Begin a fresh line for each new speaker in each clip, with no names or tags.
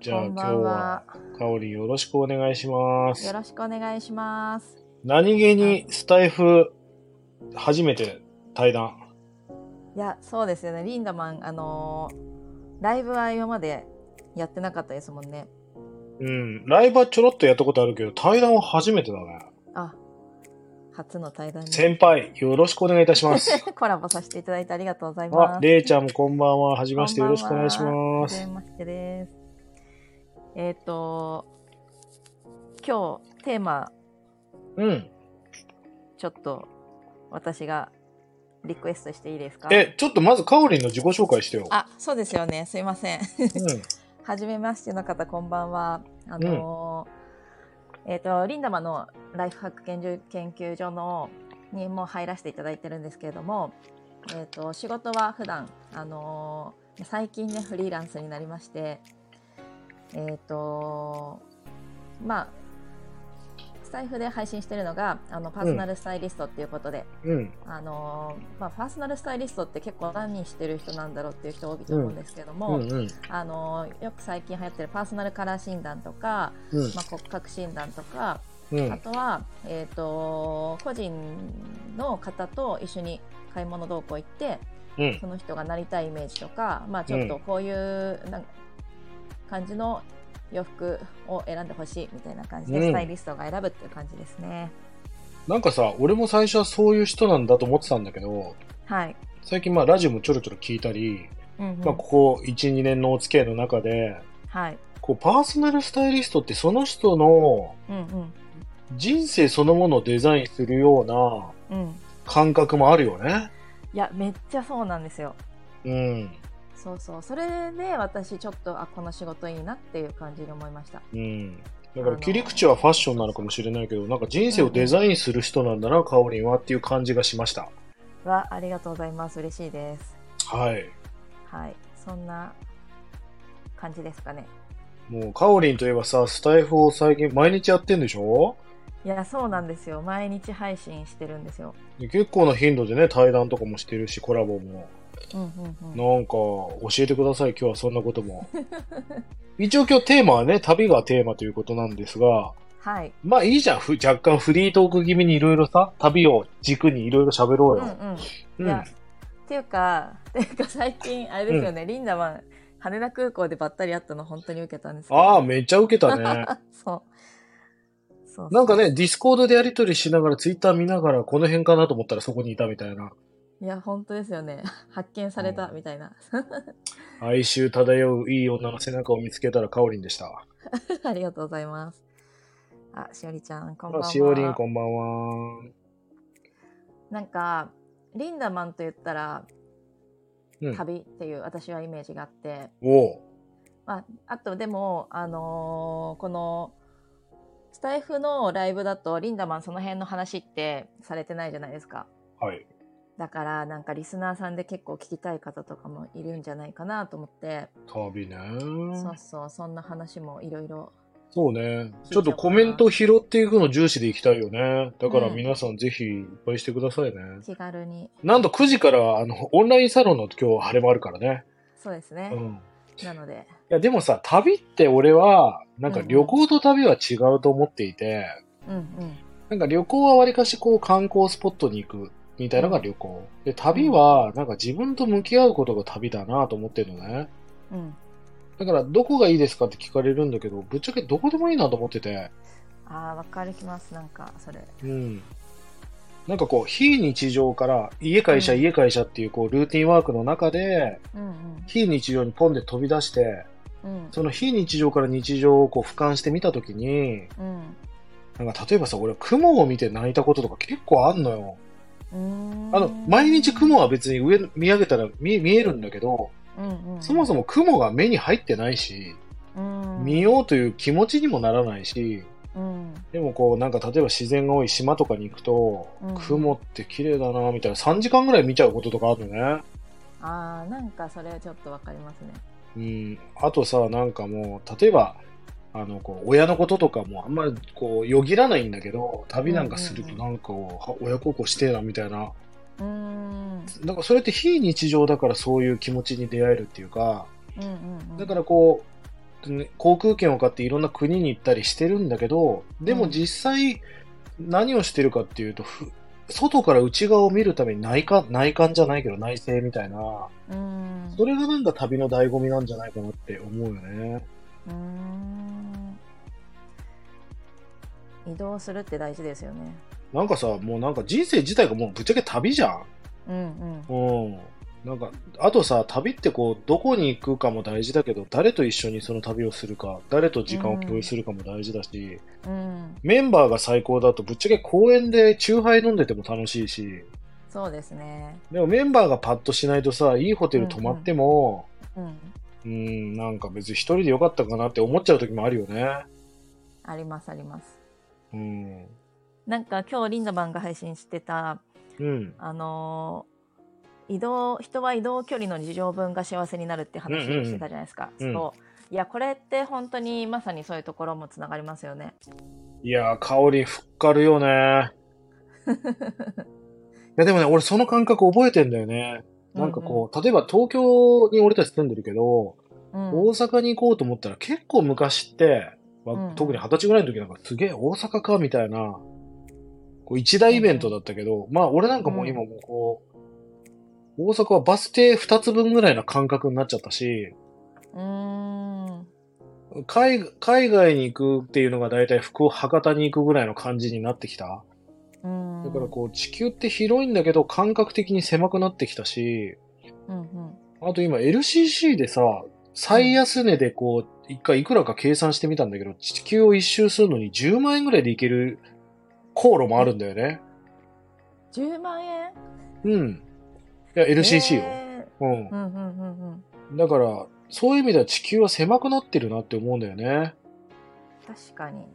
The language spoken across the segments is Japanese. じゃあ
こん
今
ば
日は
んは、
かおりんよろしくお願いしま
よ
す。
ろしくお願いします。
何気にスタイフ、初めて対談。
いや、そうですよね。リンダマン、あのーライブは今までやってなかったですもんね。
うん、ライブはちょろっとやったことあるけど、対談は初めてだね。
あ、初の対談に
先輩、よろしくお願いいたし ます。
コラボさせていただいてありがとうございます。
あ、れいちゃんもこんばんは。はじめましてよろしくお願いしま
はじ
す。
めましてです。えっ、と、今日テーマ
うん。
ちょっと私がリクエストしていいですか
え、ちょっとまずかおりんの自己紹介してよ。
あ、そうですよね。すいません。
うん。
はじめましての方、こんばんは。あのーえっ、と、リンダマのライフハック研究研究所のにも入らせていただいてるんですけれども、えっ、と、仕事は普段、あのー最近ね、フリーランスになりまして、えっ、とまあ、スタイフで配信してるのが、あの、パーソナルスタイリストっていうことで、
うん。
あのーまあ、パーソナルスタイリストって結構何してる人なんだろうっていう人多いと思うんですけれど
う
も、
ん。うん。
あのよく最近流行ってるパーソナルカラー診断とか、
うん。
まあ、骨格診断とか、
うん
あ。とは、えー、と個人の方と一緒に買い物動向行って
うん。
その人がなりたいイメージとか、まあ、ちょっ
う
と
ん
こういうなん感じの洋服を選んでほしいみたいな感じで、
うん
スタイリストが選ぶっていう感じですね。
なんかさ、俺も最初はそういう人なんだと思ってたんだけど、
はい、
最近まあラジオもちょろちょろ聞いたり、
うんうん
まあ、ここ1、2年のお付き合いの中で、
はい
こうパーソナルスタイリストってその人の
うんうん
人生そのものをデザインするような
うん、
感覚もあるよね。
いやめっちゃそうなんですよ。
うん。
そうそうそれで私ちょっとあこの仕事いいなっていう感じに思いました
うん。だから切り口はファッションなのかもしれないけど、なんか人生をデザインする人なんだな、カオリンはっていう感じがしました。
はありがとうございます嬉しいです
はい。
はいそんな感じですかね
もうカオリンといえばさ、スタイフを最近毎日やってんでしょ
いやそうなんですよ毎日配信してるんですよ
で結構な頻度でね、対談とかもしてるし、コラボも。
うんうんうん
なんか、教えてください、今日はそんなことも。 一応今日テーマはね、旅がテーマということなんですが、
はい
まあいいじゃん、ふ若干フリートーク気味にいろいろさ、旅を軸にいろいろ喋ろ
う
うんよ。
うん
う
い
ん
や。っていうか っていうか最近あれですよね、リンダは羽田空港でばったり会ったの本当に受けたんですけど
ああ、めっちゃ受け たね。
そうそう
なんか
ね
ね、ディスコードでやりとりしながら、ツイッター見ながら、この辺かなと思ったらそこにいたみたいな。
いや本当ですよね発見されたみたいな
哀愁漂ういい女の背中を見つけたら、かおりんでした。
ありがとうございますあしおりちゃんこんばん
あ
は
しおりん、こんばんは。
なんかリンダマンと言ったら
うん。
旅っていう私はイメージがあって、
おう。
まあ、あとでも、あのーこのスタイフのライブだとリンダマンその辺の話ってされてないじゃないですか
はい。
だからなんかリスナーさんで結構聞きたい方とかもいるんじゃないかなと思って、
旅ね。
そうそうそんな話もいろいろ
そうね。
聞い
ち
ち
ょ
ゃ
っ
うかな
とコメント拾っていくの重視でいきたいよね。だから
うん
皆さんぜひいっぱいしてくださいね。
気軽に
なんと9時から、あの、オンラインサロンの今日、あれもあるからね。
そうです
う
ね、
ん。い
なので
や、でもさ、旅って俺は、なんか
うんうん
旅行と旅は違うと思っていて、
うんうん
なんか旅行はわりかしこう観光スポットに行くみたいなのが旅行。で、旅は、なんか自分と向き合うことが旅だなと思ってるのね。
うん
だから、どこがいいですかって聞かれるんだけど、ぶっちゃけどこでもいいなと思ってて、
あーわかりきますなんかそれ
うん。なんかこう、非日常から、家会社、
うん
家会社っていう、こう、ルーティンワークの中で、
うんうん
非日常にポンで飛び出して、
うん
その非日常から日常をこう、俯瞰してみたときに、
うん
なんか例えばさ、俺、雲を見て泣いたこととか結構あんのよ。
うーん
あの、毎日雲は別に上、見上げたら見見えるんだけど、
うんうん
そもそも雲が目に入ってないし、
うん
見ようという気持ちにもならないし、
うん
でもこう、なんか例えば自然が多い島とかに行くと、
うん
雲って綺麗だなみたいな、3時間ぐらい見ちゃうこととかあるのね。
あーなんかそれちょっとわかりますね
うん。あとさ、なんかもう、例えば、あの、こう、親のこととかもあんまりこう、よぎらないんだけど、旅なんかすると
うんうん
なんかこう、は親孝行してえなみたいな。
うーん
なんかそれって非日常だからそういう気持ちに出会えるっていうか、
うんうんうん
だからこう、ね航空券を買っていろんな国に行ったりしてるんだけど、で
う
も
ん
実際何をしてるかっていうと、ふ外から内側を見るために内観、内観じゃないけど内政みたいな、
うん
それがなんか旅の醍醐味なんじゃないかなって思うよね。
うーん移動するって大事ですよね
なんかさ、もうなんか人生自体がもうぶっちゃけ旅じゃん。
うん
うん。なんか、あとさ、旅ってこう、どこに行くかも大事だけど、誰と一緒にその旅をするか、誰と時間を共有するかも大事だし、
うんうん
メンバーが最高だとぶっちゃけ公園でチューハイ飲んでても楽しいし、
そうですね
でもメンバーがパッとしないとさ、いいホテル泊まっても、
うん
うん、なんか別に一人でよかったかなって思っちゃう時もあるよね。
ありますあります
うん。
なんか今日リンダマンが配信してた
うん。
あのー移動人は移動距離の2乗分が幸せになるって話をしてたじゃないですか、
うんうんうん
そういやこれって本当にまさにそういうところもつながりますよね
いやー、香りふっかるよ ね。いや、でもね、俺その感覚覚えてんだよね。なんかこう、例えば東京に俺たち住んでるけど、
うんうん、
大阪に行こうと思ったら結構昔って、まあ
うん
特に二十歳ぐらいの時なんかすげえ大阪かみたいな、こう一大イベントだったけど、まあ俺なんかもう今もうこう、大阪はバス停二つ分ぐらいな感覚になっちゃったし、
うーん
海海外に行くっていうのが大体福岡博多に行くぐらいの感じになってきた。
うん
だからこう地球って広いんだけど感覚的に狭くなってきたし、
うんうん
あと今 LCC でさ、最安値でこう、一回いくらか計算してみたんだけど、地球を一周するのに10万円ぐらいで行ける航路もあるんだよね。
10万円
うん。いや、LCC よ。
えー
う
うんうんうんうん
ん。だから、そういう意味では地球は狭くなってるなって思うんだよね。
確かに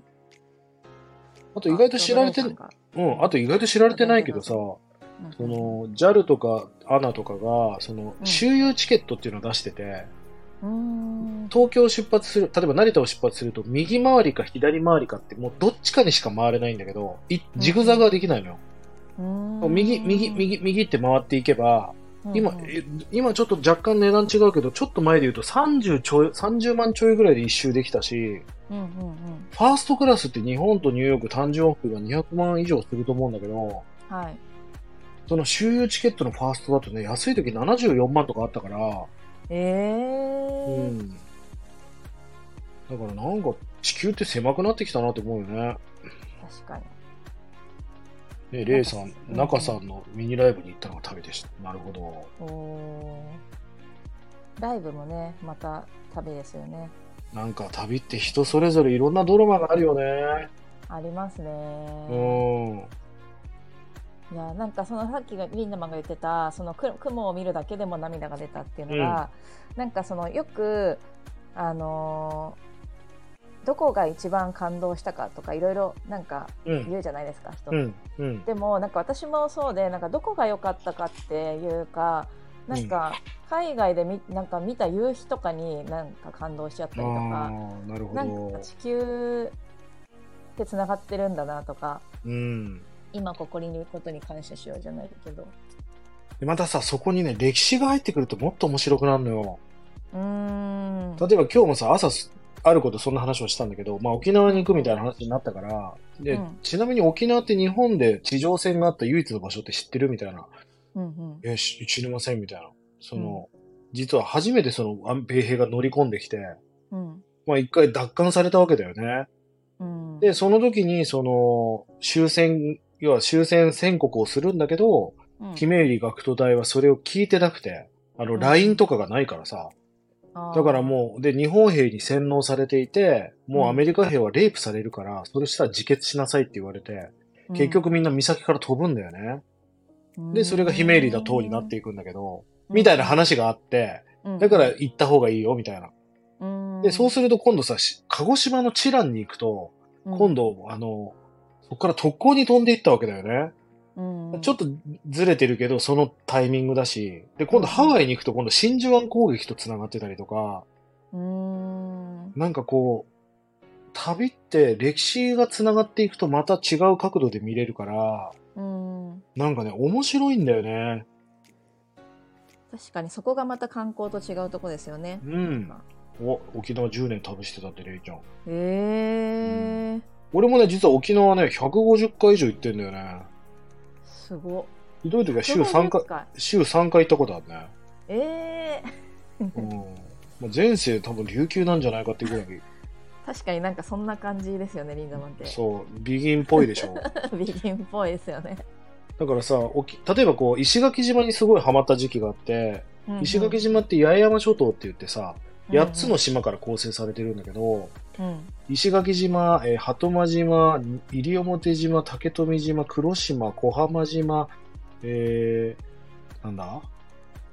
あと意外と知られて、
あ
う
ドライ
ん、あと意外と知られてないけどさ、
さんが
その、JAL とか ANA とかが、その、
うん
周遊チケットっていうのを出してて、
うんうーん
東京を出発する、例えば成田を出発すると、右回りか左回りかって、もうどっちかにしか回れないんだけど、いジグザグはできないのよ。
うーん
右、右、右、右って回っていけば、今
うんう、ん
え今ちょっと若干値段違うけど、ちょっと前で言うと30ちょい、30万ちょいぐらいで一周できたし、
うんうんうん
ファーストクラスって日本とニューヨーク単純往復が200万以上すると思うんだけど、
はい
その周遊チケットのファーストだとね、安い時74万とかあったから、
え
う
ー
ん。だからなんか地球って狭くなってきたなって思うよね。
確かに
ね、レイさん、
うん
中さんのミニライブに行ったのが旅でした。なるほど。
おーライブもねまた旅ですよね
なんか旅って人それぞれいろんなドラマがあるよね。
ありますね
うん。
いやなんかそのさっきがリンダマンが言ってたそのく雲を見るだけでも涙が出たっていうのが、なんかそのよくあのーどこが一番感動したかとかいろいろなんか
うん。
言うじゃないですか人、
うん。うん。
でもなんか私もそうでなんかどこが良かったかっていうかなんか海外でみなんか見た夕日とかになんか感動しちゃったりと
あ
か
あ、なるほ
なんか
ど。
地球ってつながってるんだなとか
うん。
今ここにいることに感謝しようじゃないけど。
でまたさ、そこにね、歴史が入ってくるともっと面白くなるのよ。
うーん。
例えば今日もさ、朝す、あることそんな話をしたんだけど、まあ沖縄に行くみたいな話になったから、で、
うん
ちなみに沖縄って日本で地上戦があった唯一の場所って知ってるみたいな。
うんうん。
え、し知りませんみたいな。その、実は初めてその、あ米兵が乗り込んできて、
うん。
まあ一回奪還されたわけだよね。
うん。
で、その時に、その、終戦、要は終戦宣告をするんだけど、
うん、
ひめゆり学徒隊はそれを聞いてなくて、あの、
うん
LINE とかがないからさ、だからもう、で、日本兵に洗脳されていて、もうアメリカ兵はレイプされるから、それしたら自決しなさいって言われて、
う
結局みんな岬から飛ぶんだよね。
うん、
で、それがひめゆりだ党になっていくんだけど、みたいな話があって、
うん、
だから行った方がいいよ、みたいな。
うん、
で、そうすると今度さ、し鹿児島のチランに行くと、今
度、
度、あの、そこから特攻に飛んでいったわけだよね。
うん、
ちょっとずれてるけど、そのタイミングだし、で、今度ハワイに行くと今度真珠湾攻撃と繋がってたりとか、
うーん。
なんかこう、旅って歴史が繋がっていくとまた違う角度で見れるから、
うん。
なんかね、面白いんだよね。
確かにそこがまた観光と違うとこですよね。
うん。お、沖縄10年旅してたって、レイちゃん。
へえー、
俺もね、実は沖縄ね、150回以上行ってんだよね。
すごっ。
ひどい時は週3回
150、回。
週3回行ったことあるね。
ええ
うん。まあ、前世多分琉球なんじゃないかっていうぐらい、
確かになんかそんな感じですよね、リンダマンって。
そう、ビギンっぽいで しょ。
ビギンっぽいですよね。
だからさ、沖例えばこう、石垣島にすごいハマった時期があって、
うんうん
石垣島って八重山諸島って言ってさ、8つの島から構成されてるんだけど、
うんうん、
石垣島、えー、鳩間島、西表島、竹富島、黒島、小浜島、えー、なんだ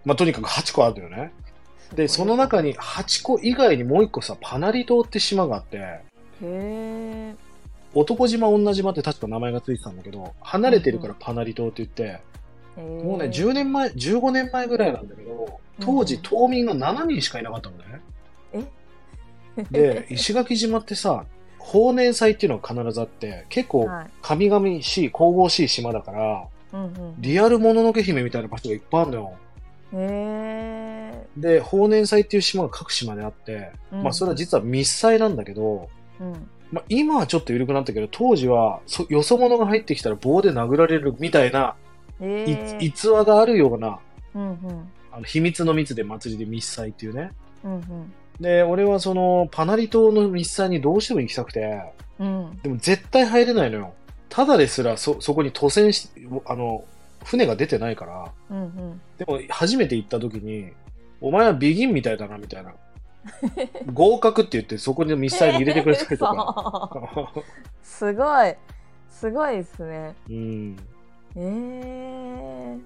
まあ、とにかく8個あるんだよね。で、その中
に。
に8個以外にもう1個さ、パナリ島って島があって、
へえ。
男島、女島って確か名前がついてたんだけど、離れてるからパナリ島って言って、もうね、10年前、15年前ぐらいなんだけど、当
う
時
ん
島民が7人しかいなかったのね。
え
で、石垣島ってさ、法年祭っていうのが必ずあって、結構
はい。
神々しい、神々しい島だから、
うんうん。
リアルもののけ姫みたいな場所がいっぱいあるのよ。
へえ。
で、法年祭っていう島が各島であって、
うん
まあそれは実は密祭なんだけど、
うん。
まあ今はちょっと緩くなったけど、当時はそよそ者が入ってきたら棒で殴られるみたいな、
え
い
え。
逸話があるような、
うんうん。
あの秘密の密で祭りで密祭っていうね。
うん
で、俺はそのパナリ島の密祭にどうしても行きたくて、
うん。うん。
でも絶対入れないのよ。ただですらそ、そこに渡船し、あの、船が出てないから、
うんうん。
でも初めて行った時に、お前はビギンみたいだな、みたいな。合格って言ってそこに密祭に入れてくれたりとか。
か。すごい。すごいですね。
うん。
ええ。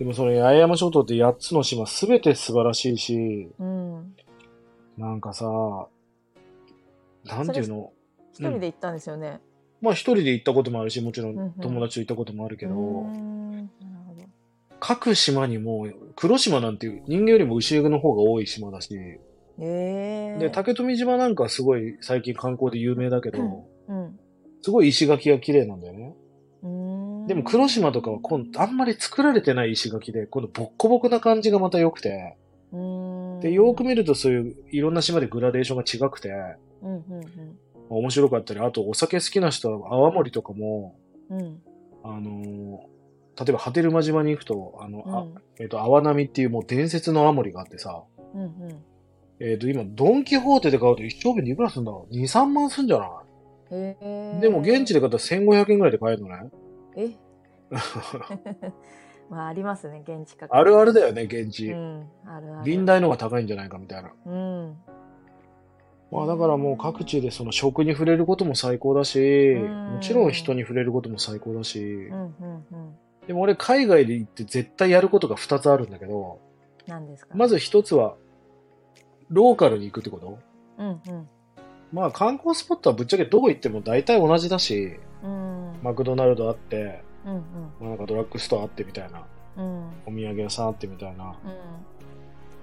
でもその八重山諸島って8つの島すべて素晴らしいし、
うん。
なんかさ、なんていうの
一人で行ったんですよね。
まあ一人で行ったこともあるし、もちろ
うんうん
ん友達と行ったこともあるけど、
うーんなるほど。
各島にもう、黒島なんていう人間よりも牛の方が多い島だし、
ええ。
で、竹富島なんかはすごい最近観光で有名だけど、
うん。
すごい石垣が綺麗なんだよね。
うーん
でも黒島とかは今度あんまり作られてない石垣で、このボッコボコな感じがまた良くて、
うーん
で、よーく見るとそういういろんな島でグラデーションが違くて、
うんうん
面白かったり、あとお酒好きな人は泡盛とかも、
うんうん
あのー例えば波照間島に行くと、あの、
う
あ
ん
えっ、と、泡波っていうもう伝説の泡盛があってさ、
うんうん
えっ、と、今、ドンキホーテで買うと一丁瓶でいくらすんだろう ?2、3万すんじゃない
へえ
でも現地
で
で買ったら1500円ぐらいで買えるのね。
えまあありますね現地価格
あるあるだよね、現地
う。んあるある
瓶代の方が高いんじゃないかみたいな。
うん
まあだからもう各地でその食に触れることも最高だし、
ん
もちろん人に触れることも最高だし、
うんうんうん
でも俺海外で行って絶対やることが2つあるんだけど、
何ですか
まず1つは、ローカルに行くってこと
うんうん
まあ観光スポットはぶっちゃけどこ行っても大体同じだし、
うん
マクドナルドあって、
うんうん
まあなんかドラッグストアあってみたいな、
うん
お土産屋さんあってみたいな、
うん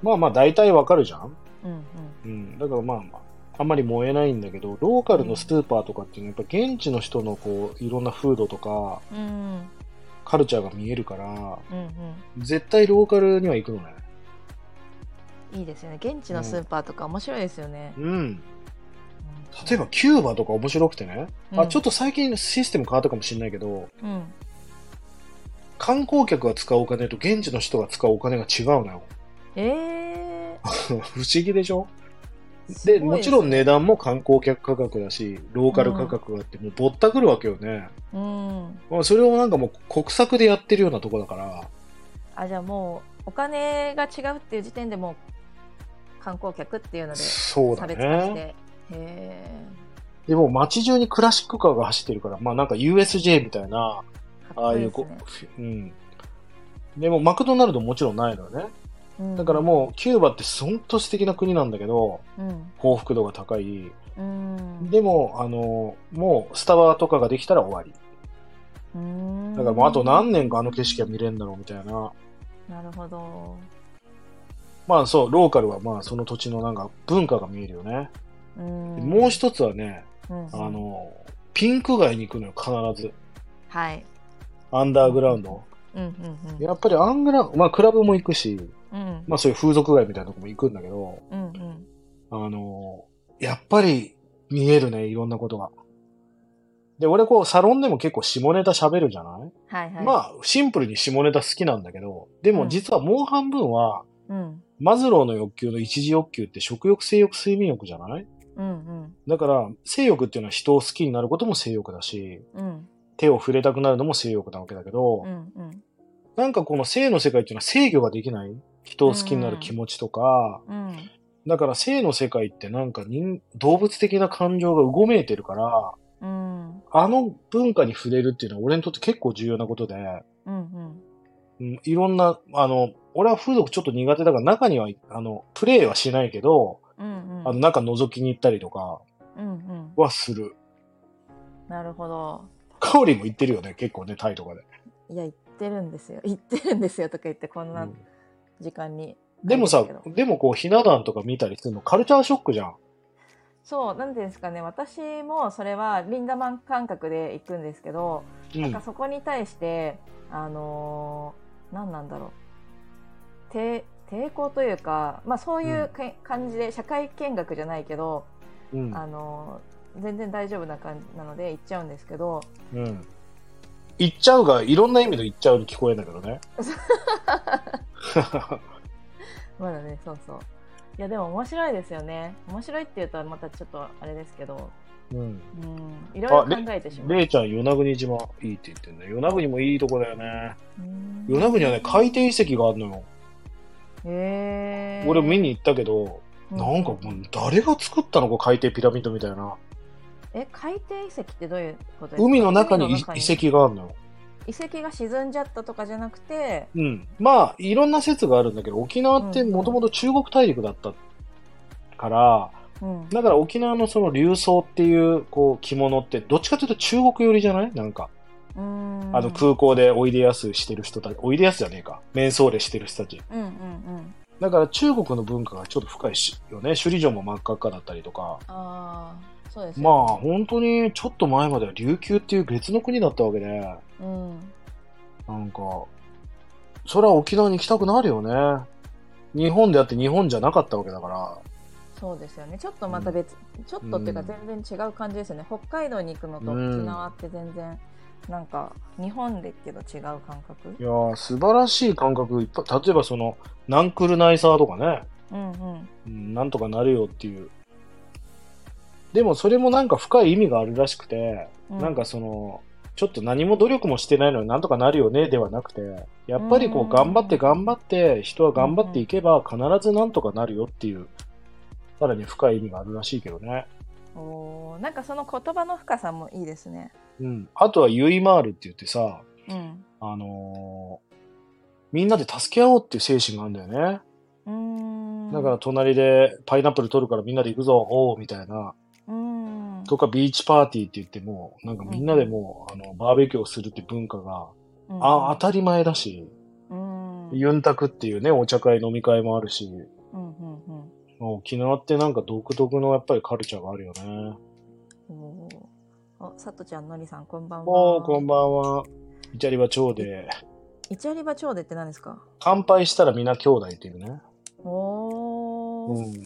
まあまあ大体わかるじゃん
うん
うん、だからまあまあ、あんまり燃えないんだけど、ローカルのスーパーとかっていうのは、やっぱ現地の人のこう、いろんな風土とか、
うんうん
カルチャーが見えるから、
うん
絶対ローカルには行くのね。
うんいいですよね現地のスーパーとか面白いですよね
うん。例えばキューバとか面白くてね、あ、ちょっと
と
最近システム変わったかもしれないけど、
うん
観光客が使うお金と現地の人が使うお金が違うのよ。
ええ
不思議でしょ
すごい
で、
ですね
もちろん値段も観光客価格だし、ローカル価格があって、もうぼったくるわけよね。
うん
まあそれをなんかもう国策でやってるようなとこだから、
あじゃあもうお金が違うっていう時点でもう観光客っていうので
そう
差
だ
別化して、
ね。
へえ
でも街中にクラシックカーが走ってるから、まあなんか USJ みたいな、あ
かっ
あ
こい
い
いうです
こ
ね
う、ん。でもマクドナルドもちろんないのよね。だからもうキューバってほんと素敵な国なんだけど、
うん
幸福度が高い。
うん
でも、あの、もうスタバとかができたら終わり。だからもうあと何年かあの景色が見れるんだろうみたいな。
なるほど
まあそう、ローカルはまあその土地のなんか文化が見えるよね。
うん
でもう一つはね、
うん
あの、ピンク街に行くのよ、必ず。
はい
アンダーグラウンド。
うんうんうん
やっぱりアングラ、まあクラブも行くし、
うん
まあそういう風俗街みたいなとこも行くんだけど、
うんうん
ああの、やっぱり見えるね、いろんなことが。で、俺こう、サロンでも結構下ネタ喋るじゃない、
はいはい。
まあ、シンプルに下ネタ好きなんだけど、で
うん
も実はもう半分は、
うん。
マズローの欲求の一次欲求って食欲、性欲、睡眠欲じゃない
うん
だから、性欲っていうのは人を好きになることも性欲だし、
うん。うん。
手を触れたくなるのも性欲なわけだけど、
うんうん。
なんかこの性の世界っていうのは制御ができない人を好きになる気持ちとか、
うん。
だから性の世界ってなんか人動物的な感情がうごめいてるから、
うん。
あの文化に触れるっていうのは俺にとって結構重要なことで、
うんうん。
うん、いろんな、あの、俺は風俗ちょっと苦手だから中には、あの、プレイはしないけど、
うんうん。
あの、中覗きに行ったりとか
うんうん。
はする。
なるほど。
カオリも行ってるよね、結構ね、タイとかで。
いや、言ってるんですよ。言ってるんですよとか言って、こん
う
なん時間に。
でもさ
書いてるけ、
でもこう、ひな壇とか見たりするのカルチャーショックじゃん。
そう、なんていうんですかね。私もそれはリンダマン感覚で行くんですけど、
う
なんかそこに対して、あのー何なんだろう。抵抵抗というか、まあそういうけ、感じで、社会見学じゃないけど、
うん。
あのー全然大丈夫な感じなので行っちゃうんですけど、
うん。言っちゃうが、いろんな意味の言っちゃうに聞こえんだけど ね。
まだね、そうそう。いや、でも面白いですよね。面白いって言うとまたちょっとあれですけど、
うん。
うん、いろいろ考えてしまう。
レイちゃん、与那国島いいって言ってんだよ。与那国もいいとこだよね。
うん
与那国はね、海底遺跡があるのよ。
へー
俺見に行ったけど、
う
なんかもう誰が作ったのこう海底ピラミッドみたいな。
え海底遺跡ってどういうことですか
海の中に
海
い遺跡があるのよ。
遺跡が沈んじゃったとかじゃなくて
うん。まあ、いろんな説があるんだけど、沖縄ってもともと中国大陸だったから、
うん
だから沖縄のその流層っていう、こう、着物って、どっちかというと中国寄りじゃないなんか。あの空港でおいでやすしてる人たち、おいでやすじゃねえか。面相礼してる人たち。
うんうんうん
だから中国の文化がちょっと深いしよね。首里城も真っ赤っかだったりとか。
ああそうです
まあ
よね
本当にちょっと前までは琉球っていう別の国だったわけで、
うん
なんか、それは沖縄に行きたくなるよね。日本であって日本じゃなかったわけだから。
そうですよねちょっとまた別、ちょっとっていうか
う
全然違う感じですよね北海道に行くのと沖
うん
縄って全然なんか日本でけど違う感覚
いやー、素晴らしい感覚いっぱい。例えばその、ナンクルナイサーとかね。
うんうん
うんなんとかなるよっていう。でもそれもなんか深い意味があるらしくて、
う
なんかその、ちょっと何も努力もしてないのになんとかなるよねではなくて、やっぱりこ
うん
う頑張って頑張って、人は頑張っていけば必ずなんとかなるよっていう、さらに深い意味があるらしいけどね。
おーなんかその言葉の深さもいいですね
うん。あとはユイマールって言ってさ、
うん
あのーみんなで助け合おうっていう精神があるんだよね。
うーん
だから隣でパイナップル取るからみんなで行くぞ、おう、みたいな。
うん
とかビーチパーティーって言ってもうなんかみんなでもう、あのバーベキューをするって文化が、あ当たり前だし、
うん
ユンタクっていうねお茶会飲み会もあるし
うんうんうん
沖縄ってなんか独特のやっぱりカルチャーがあるよね。
おーあ、さとちゃん、のりさん、こんばんは。
おーこんばんは。イチャリバ長で
イチャリバチョウデって何ですか
乾杯したら皆兄弟っていうね。
お
う
ー。
ん。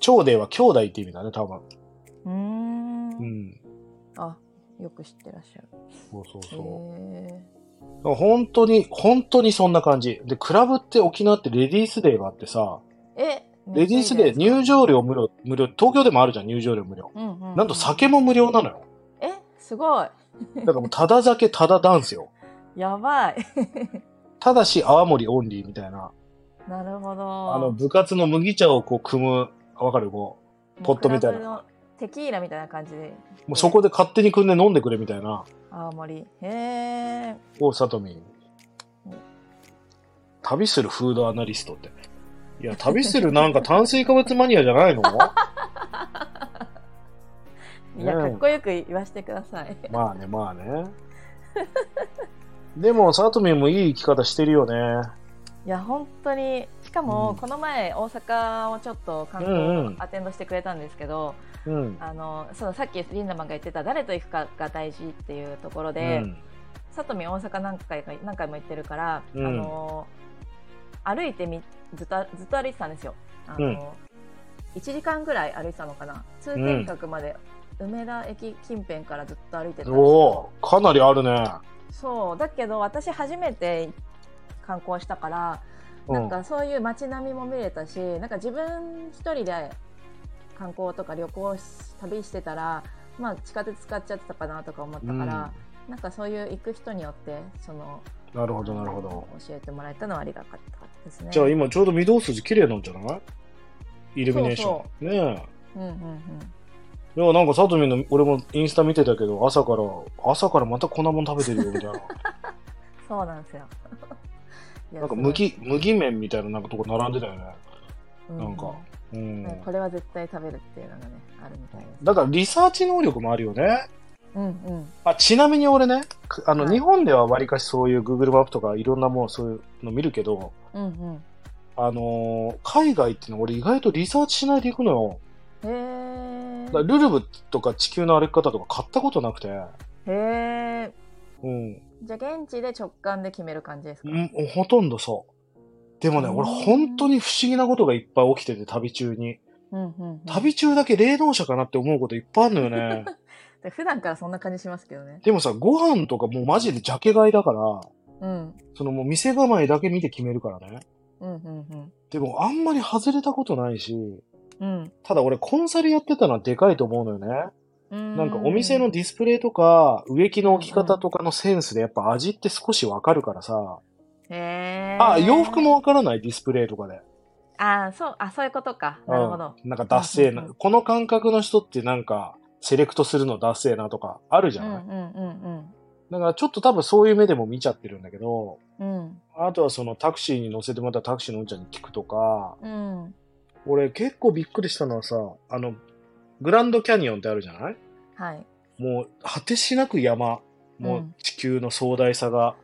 長では兄弟って意味だね多分。
うーん。
うん。
あ、よく知ってらっしゃる。
そうそう
へ
そう。
ー
本当に本当にそんな感じ。でクラブって沖縄ってレディースデーがあってさ。
え、
レディースで
めっちゃいいじゃな
入
い
場料無料、無料、東京でもあるじゃん、入場料無料。
すかうんうんうん
なんと酒も無料なのよ。
え、すごい。
だからもう、ただ酒、ただダンスよ。
やばい。
ただし、泡盛オンリーみたいな。
なるほど。
あの、部活の麦茶をこう、組む、わかるこポットみたいな
クラブのテキーラみたいな感じで。
う、もうそこで勝手に組んで飲んでくれみたいな。
青森。へえ。
おう、さとみん
うん。
旅するフードアナリストって。い や、旅するなんか炭水化物マニアじゃないの
いや、
ね
か
え
っこよく言わせてください。
まあね、まあね。でも、さとみんもいい生き方してるよね。
いや本当にしか
う
も
ん
この前大阪をちょっと観
うんう
光
ん
アテンドしてくれたんですけど、
うん。
あのそのさっきリンダマンが言ってた誰と行くかが大事っていうところで、
うん
さとみん大阪何回か何回も行ってるから、
うん
あの歩いてみずっとずっと歩いてたんですよ。あの、 1時間ぐらい歩いてたのかな通天閣まで、梅田駅近辺からずっと歩いてたんですけ
お
ど
おーかなりあるね。
そうだけど私初めて観光したから
う
なんかそういう街並みも見れたしなんか自分一人で観光とか旅行し旅してたら、まあ、地下鉄使っちゃってたかなとか思ったから、なんかそういう行く人によってその
なるほど、なるほど。
教えてもらえたのはありがたかったですね。
じゃあ今ちょうど御堂筋綺麗なんじゃないイルミネーション。
そ
ねえ。
うんうんうん、
いや、なんかさとみんの、俺もインスタ見てたけど、朝から、朝からまた粉もん食べてるよ、みたいな。
そうなんですよ。 いや
なんか麦、麦麺みたいななんかとこ並んでたよね。なんか、う
うん
ん。
ねこれは絶対食べるっていうのがねあるみたいです。
だからリサーチ能力もあるよね。
うんうん
あ、ちなみに俺ね、くあの、
はい
日本ではわりかしそういう Google マップとかいろんなもうそういうの見るけど、
うん
あのー海外ってのは俺意外とリサーチしないで行くのよ。
うん。へえ
だから。ルルブとか地球の歩き方とか買ったことなくて。
へえ。
うん。
じゃあ現地で直感で決める感じですか。
うん、ほとんどそう。でもね、
うん
俺本当に不思議なことがいっぱい起きてて、旅中に。
うんうんうん、
旅中だけ霊能者かなって思うこといっぱいあるのよね。
で普段からそんな感じしますけどね。
でもさ、ご飯とかもうマジでジャケ買いだから、
うん
そのもう店構えだけ見て決めるからね。
うんうん
でもあんまり外れたことないし、
うん
ただ俺コンサルやってたのはでかいと思うのよね。
うん。
なんかお店のディスプレイとか、植木の置き方とかのセンスでやっぱ味って少しわかるからさ。
へー
あ、洋服。もわからないディスプレイとかで。
あそうあそういうことか。なるほど。
なんかダッセー
うんうんう
な。
ん
この感覚の人ってなんか、セレクトするのダッセーなとかあるじ
う
ゃ
んう
ない、
ん
だからちょっと多分そういう目でも見ちゃってるんだけど、
うんうん
あとはそのタクシーに乗せてまたタクシーのうんちゃんに聞くとか、
うんうん。
俺結構びっくりしたのはさ、あの、グランドキャニオンってあるじゃない
はい。
もう果てしなく山、も
う
うん地球の壮大さが、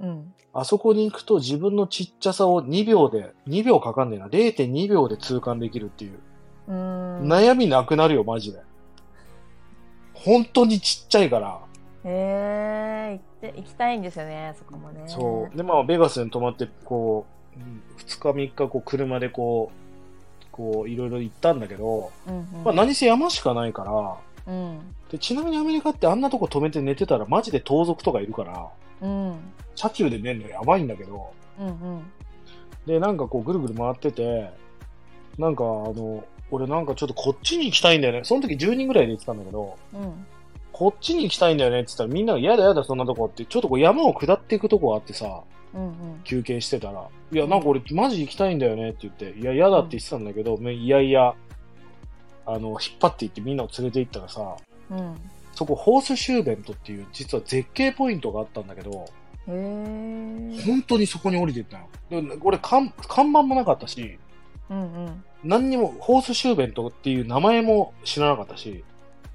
うん。
あそこに行くと自分のちっちゃさを2秒で、2秒かかんねえな、0.2秒で痛感できるっていう。
うーん。
悩みなくなるよ、マジで。本当にちっちゃいから。
へえ行って行きたいんですよねそこもね。
そう。で、まあ、ベガスに泊まって、こう、2日3日、こう、車でこう、こう、いろいろ行ったんだけど、
うんうん。
まあ、何せ山しかないから、
うん
で、ちなみにアメリカってあんなとこ止めて寝てたら、マジで盗賊とかいるから、
うん
車中で寝るのやばいんだけど、
うんうん。
で、なんかこう、ぐるぐる回ってて、なんか、あの、俺なんかちょっとこっちに行きたいんだよね。その時10人ぐらいで行ってたんだけど、
うん
こっちに行きたいんだよねって言ったらみんなが嫌だ嫌だそんなとこって、ちょっとこう山を下っていくとこがあってさ、
うん
休憩してたら、いやなんか俺マジ行きたいんだよねって言って、いや嫌だって言ってたんだけど、めいやいや、あの、引っ張って行ってみんなを連れて行ったらさ、
うんうん。
そこホースシューベントっていう実は絶景ポイントがあったんだけど、
へえ。
本当にそこに降りてったよ。で俺看看板もなかったし、
うん
何にもホースシューベントっていう名前も知らなかったし、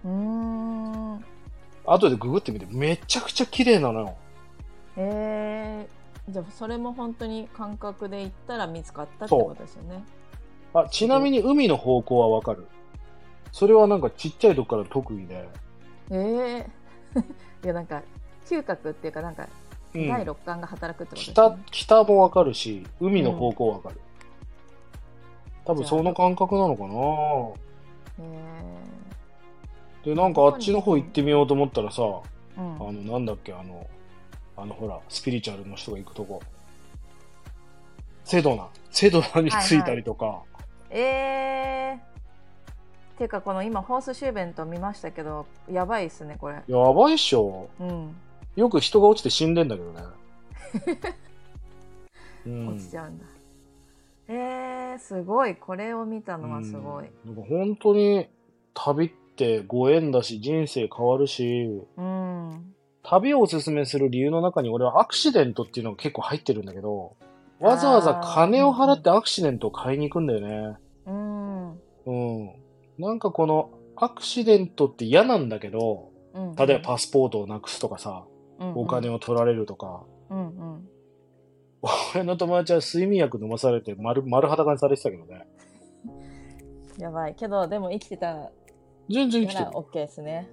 うん。うーん。
後でググってみてめちゃくちゃ綺麗なのよ。
えー、じゃあそれも本当に感覚で言ったら見つかったってことですよね。
あ、ちなみに海の方向はわかる。それはなんかちっちゃいとこから特技で。
ええー、い やなんか嗅覚っていうかなんか
う
第
ん、
六感が働くってことですよ
北
ね。
北もわかるし、海の方向わかる。多分その感覚なのかなで、なんかあっちの方行ってみようと思ったらさ、
えー、
あの、なんだっけ、あの、あのほら、スピリチュアルの人が行くとこ。セドナ。セドナに着いたりとか。
うん、えー、っていうかこの今ホースシューベント見ましたけどやばいですねこれ。
やばいっしょ。
うん、
よく人が落ちて死んでんだけ どね。うん
落ちちゃうんだ。えー、すごいこれを見たのはすごい。
うん。なんか本当に旅ってご縁だし人生変わるし、
うん、
旅をおすすめする理由の中に俺はアクシデントっていうのが結構入ってるんだけど、わざわざ金を払ってアクシデントを買いに行くんだよね。
うん、
うん。なんかこのアクシデントって嫌なんだけど、
うん。
例えばパスポートをなくすとかさ、
うん
お金。を取られるとか、
うんうん。
俺の友達は睡眠薬飲まされて丸丸裸にされてたけどね。
やばいけどでも生きてたら
全然生きてる。
オッケーですね。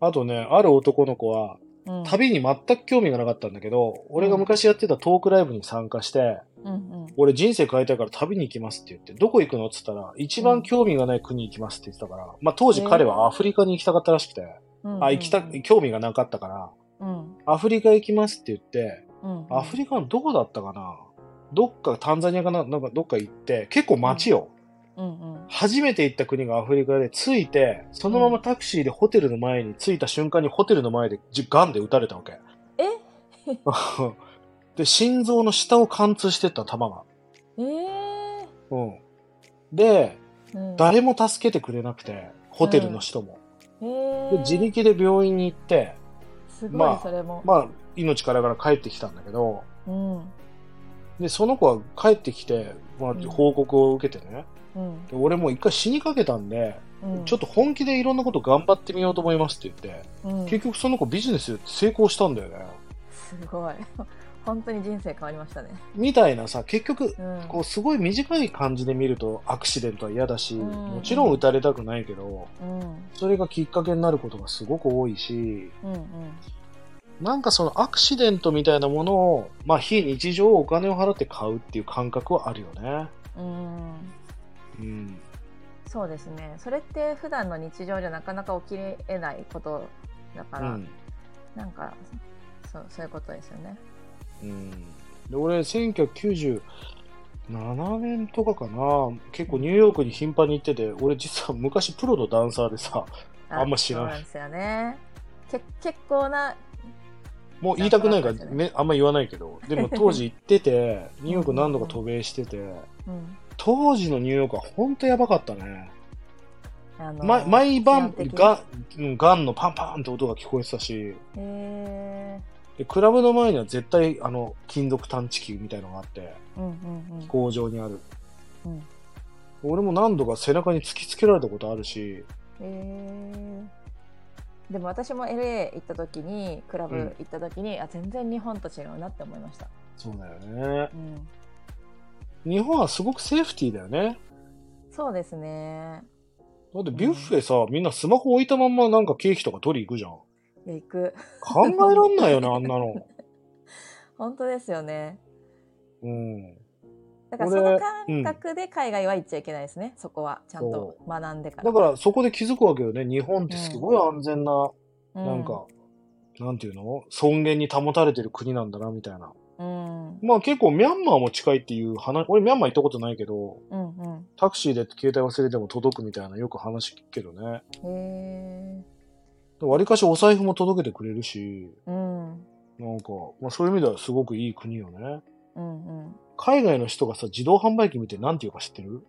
あとね、ある男の子は、
うん、
旅に全く興味がなかったんだけど、俺が昔やってたトークライブに参加して、
うんうん、
俺人生変えたいから旅に行きますって言って、どこ行くのって言ったら、一番興味がない国行きますって言ってたから、まあ当時彼はアフリカに行きたかったらしくて、
うんうん、
あ、行きた、興味がなかったから、
うん
アフリカ行きますって言って、
うん、
アフリカのどこだったかなどっかタンザニアかななんかどっか行って、結構街よ。
うんうん
初めて行った国がアフリカで着いて、そのままタクシーでホテルの前に着いた瞬間にホテルの前でじガンで撃たれたわけ。 で、心臓の下を貫通してった弾が。
ええ
うん。で、
ーうん、
誰も助けてくれなくて、ホテルの人も。
えー、
で、自力で病院に行って、
す
ま
ごい
あ
それも、
まあ、命からがら帰ってきたんだけど、
うん
で、その子は帰ってきて、まあ、
うん
報告を受けてね。
うん
で俺もう一回死にかけたんで、
うん、
ちょっと本気でいろんなこと頑張ってみようと思いますって言って、
と、うん、
結局その子ビジネスで成功したんだよね。
すごい 本当に人生変わりましたね、
みたいなさ、結局、
うん、
こうすごい短い感じで見るとアクシデントは嫌だし、
うん
もちろん打たれたくないけど、
うん
それがきっかけになることがすごく多いし、
うんうん
なんかそのアクシデントみたいなものを、まあ非日常をお金を払って買うっていう感覚はあるよね。
うん
うん。
そうですねそれって普段の日常じゃなかなか起きれないことだ
う
から、
ん。
なんかそそういうことですよね
うん、で俺、1997年とかかな、結構ニューヨークに頻繁に行ってて、俺実は昔プロのダンサーでさ、あんま知らない
そうなんですよねけ結構な
もう言いたくないか
ダンサ
ら、
ー
めあんま言わないけど、でも当時行ってて、 ニューヨーク何度か渡米してて、
うん
当時のニューヨークは本当やばかったね。
あの
ま、毎晩
治安的に
ガン、うんガンのパンパンって音が聞こえてたし、
へ
でクラブの前には絶対あの金属探知機みたいのがあって、
ー、うんうんうん
工場にある。
うん
俺も何度か背中に突きつけられたことあるし、
えー、でも私も LA 行った時にクラブ
うん
行った時に、あ全然日本と違うなって思いました、
そうだよね。
うん、
日本はすごくセーフティーだよね。
そうですね
だってビュッフェさ、みんなスマホ置いたまんまなんかケーキとか取り行くじゃん。
いや行く
考えらんないよね、あんなの。
本当ですよね
うん。
だからそ
俺
の感覚で海外は行っちゃいけないですね、そこはちゃんと学んでから
だからそこで気づくわけよね。日本ってすごい安全な、
ら
なんか、なんていうの尊厳に保たれてる国なんだな、みたいな。
うんうん
まあ結構ミャンマーも近いっていう話、俺ミャンマー行ったことないけど、
うん
タクシーで携帯忘れても届くみたいなよく話聞くけどね。
うんへ
わりかしお財布も届けてくれるし、
えうん
なんか、まあそういう意味ではすごくいい国よね。
うんうん
海外の人がさ、自動販売機見て何て言うか知ってる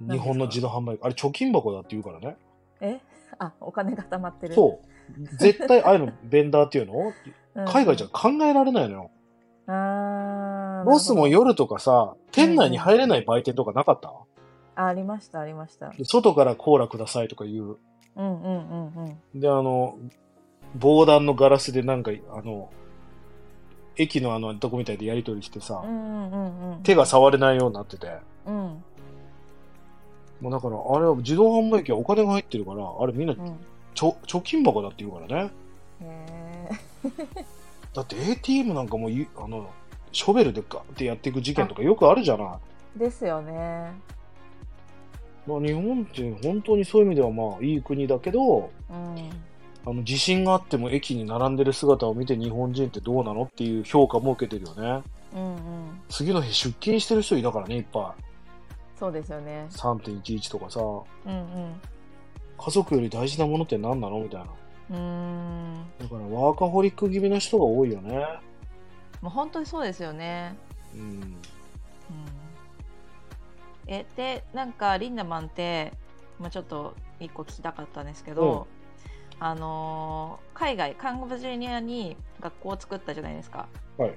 何ですか
日本の自動販売機。あれ貯金箱だって言うからね。
え あお金が溜まってる
そう。絶対ああいうのベンダーっていうの
うん
海外じゃ考えられないのよ。
あー
ロスも
なるほ
夜とかさ、店内に入れない売店とかなかった、
どあありましたありました
で外からコーラくださいとか言う。
うんうんうんうん
で、あの、防弾のガラスでなんか、あの、駅のあの、どこみたいでやり取りしてさ
う、んうんうん
手が触れないようになってて。
うん
もうだから、あれは自動販売機はお金が入ってるから、あれみんな
うん
ちょ貯金箱だって言うからね。
へ
だって ATM なんかもうゆ、あの、ショベルでガってやっていく事件とかよくあるじゃない。
えですよね
まあ、日本って本当にそういう意味ではまあいい国だけど、
うん
あの地震があっても駅に並んでる姿を見て日本人ってどうなのっていう評価も受けてるよね。
うんうん
次の日出勤してる人いたからね、いっぱい。
そうですよね
3.11とかさ、
うん
家族より大事なものって何なのみたいな。
うんうーん
だからワーカホリック気味な人が多いよね。
もう本当にそうですよね
うん。
うんえでなんかリンダマンって、まあ、ちょっと一個聞きたかったんですけど、あのー海外カンボジュニアに学校を作ったじゃないですか
はい。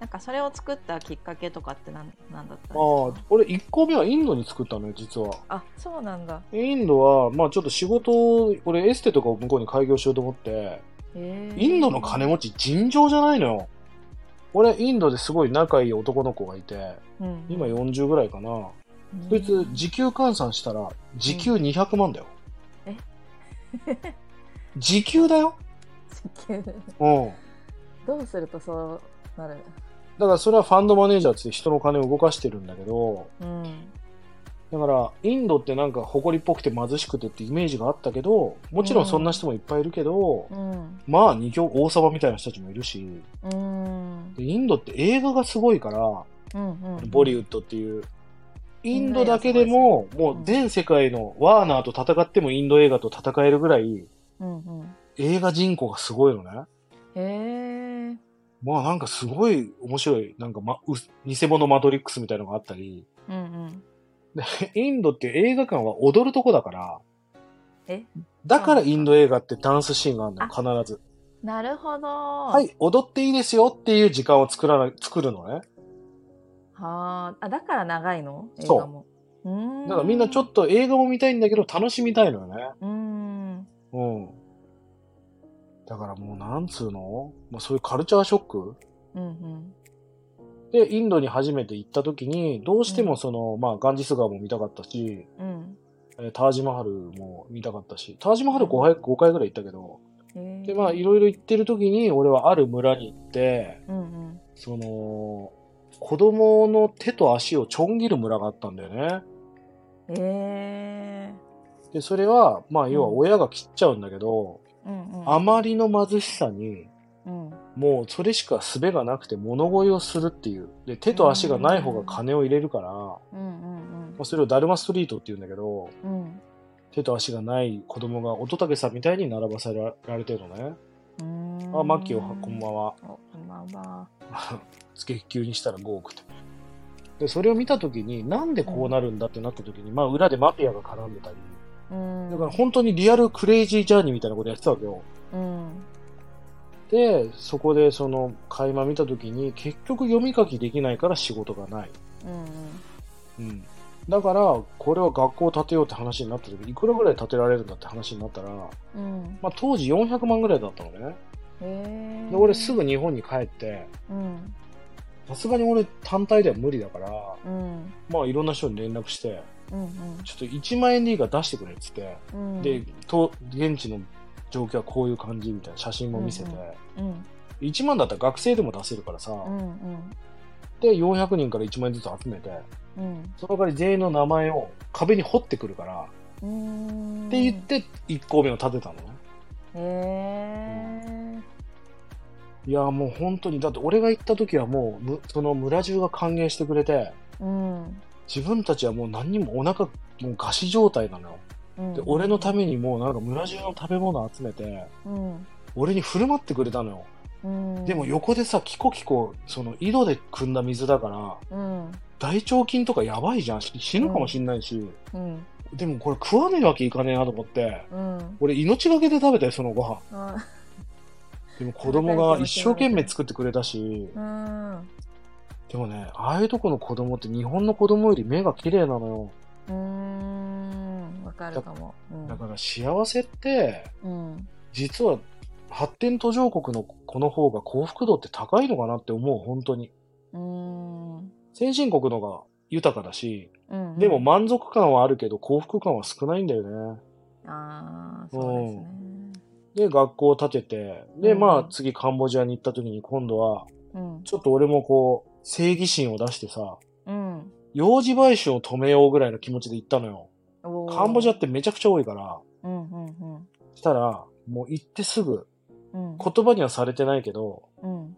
なんかそれを作ったきっかけとかってなんなんだったんです
ああ
かあ、
俺1個目はインドに作ったのよ、実は。
そうなんだ
インドは、まあちょっと仕事を、俺エステとかを向こうに開業しようと思って、
へえ
インドの金持ち尋常じゃないのよ。俺、インドですごい仲いい男の子がいて、
うん
今40ぐらいかな。
うん
そいつ、時給換算したら、時給200万だよ。
え
時給だよ
設計で
うん。
どうするとそうなる
だからそれはファンドマネージャーって人の金を動かしてるんだけど、
うん
だからインドってなんか誇りっぽくて貧しくてってイメージがあったけど、もちろんそんな人もいっぱいいるけど、
うん
まあ二強王様みたいな人たちもいるし、
うん
でインドって映画がすごいから、
うんうん
ボリウッドっていう、インドだけでも、もう全世界のワーナーと戦ってもインド映画と戦えるぐらい、
うんうん
映画人口がすごいのね。
へえ
まあなんかすごい面白い、なんか、ま、う偽物マトリックスみたいのがあったり、
うんうん
インドって映画館は踊るとこだから、
え
だからインド映画ってダンスシーンがあるのよ、必ず。
なるほど
は、
はい
踊っていいですよっていう時間を作らな作るのね。
はーあだから長いの映
そう
画もうーん
だからみんなちょっと映画も見たいんだけど、楽しみたいのよね。
うーん
うん。だからもうなんつうの、まあ、そういうカルチャーショック
うんうん
で、インドに初めて行った時に、どうしてもその、まあ、ガンジス川も見たかったし、
うん
えータージマハルも見たかったし、タージマハル5回 ,5 回ぐらい行ったけど、
へー
で、まあ、いろいろ行ってる時に、俺はある村に行って、
うんうん
その、子供の手と足をちょん切る村があったんだよね。
え
で、それは、まあ、要は
うん
親が切っちゃうんだけど、
ーうんうん
あまりの貧しさに、
うん
もうそれしか術がなくて物乞いをするっていう。で、手と足がない方が金を入れるから、ま
うんうん
あ、それをダルマストリートって言うんだけど、
うんうん
手と足がない子供が乙武さんみたいに並ばされられてるのね。
うーん
あ、マッキーをこんばんは。
おこんばんは
月給にしたら5億と。で、それを見たときに、なんでこうなるんだってなったときに、まあ裏でマフィアが絡んでたり、
うん
だから本当にリアルクレイジージャーニーみたいなことやってたわけよ。
うん
で、そこでその垣間見たときに、結局読み書きできないから仕事がない。
うん
うん。だから、これは学校を建てようって話になったとき、いくらぐらい建てられるんだって話になったら、ま
うんうん
あ当時400万ぐらいだったのね。
へえ
で、俺すぐ日本に帰って、
うん
さすがに俺単体では無理だから、
うん
まあいろんな人に連絡して、
うんうん
ちょっと1万円でいいから出してくれっつって、
うん
でと現地の状況はこういう感じみたいな写真も見せて、
うんうん
1万だったら学生でも出せるからさ、
うんうん
で400人から1万円ずつ集めて
うん
その代わり全員の名前を壁に彫ってくるから、
うーん
って言って1校目を建てたのね
へえ
いやもう本当にだって俺が行った時はもうむその村中が歓迎してくれて
うん
自分たちはもう何にもお腹もう餓死状態なのよ
うん
で俺のためにもうなんか村中の食べ物集めて
うん
俺に振る舞ってくれたのよ
うん
でも横でさ、キコキコ、その井戸で汲んだ水だから、
うん
大腸菌とかやばいじゃん。し死ぬかもしんないし。
うん
でもこれ食わねえわけいかねえなと思って、
うん
俺命がけで食べたよ、そのご飯。
あ
でも子供が一生懸命作ってくれたし
う、ん
でもね、ああいうとこの子供って日本の子供より目が綺麗なのよ。
うーんわかるかもうん
だから幸せって、
うん
実は発展途上国の子の方が幸福度って高いのかなって思う、本当に。
うん
先進国のが豊かだし、
うん
でも満足感はあるけど幸福感は少ないんだよね。
ああそうですね
で、学校を建てて、で、
うん
まあ次カンボジアに行った時に今度は、
うん
ちょっと俺もこう、正義心を出してさ、
うん
幼児買収を止めようぐらいの気持ちで行ったのよ。
おー
カンボジアってめちゃくちゃ多いから、
うんうんうん
したら、もう行ってすぐ、
うん
言葉にはされてないけど、
うん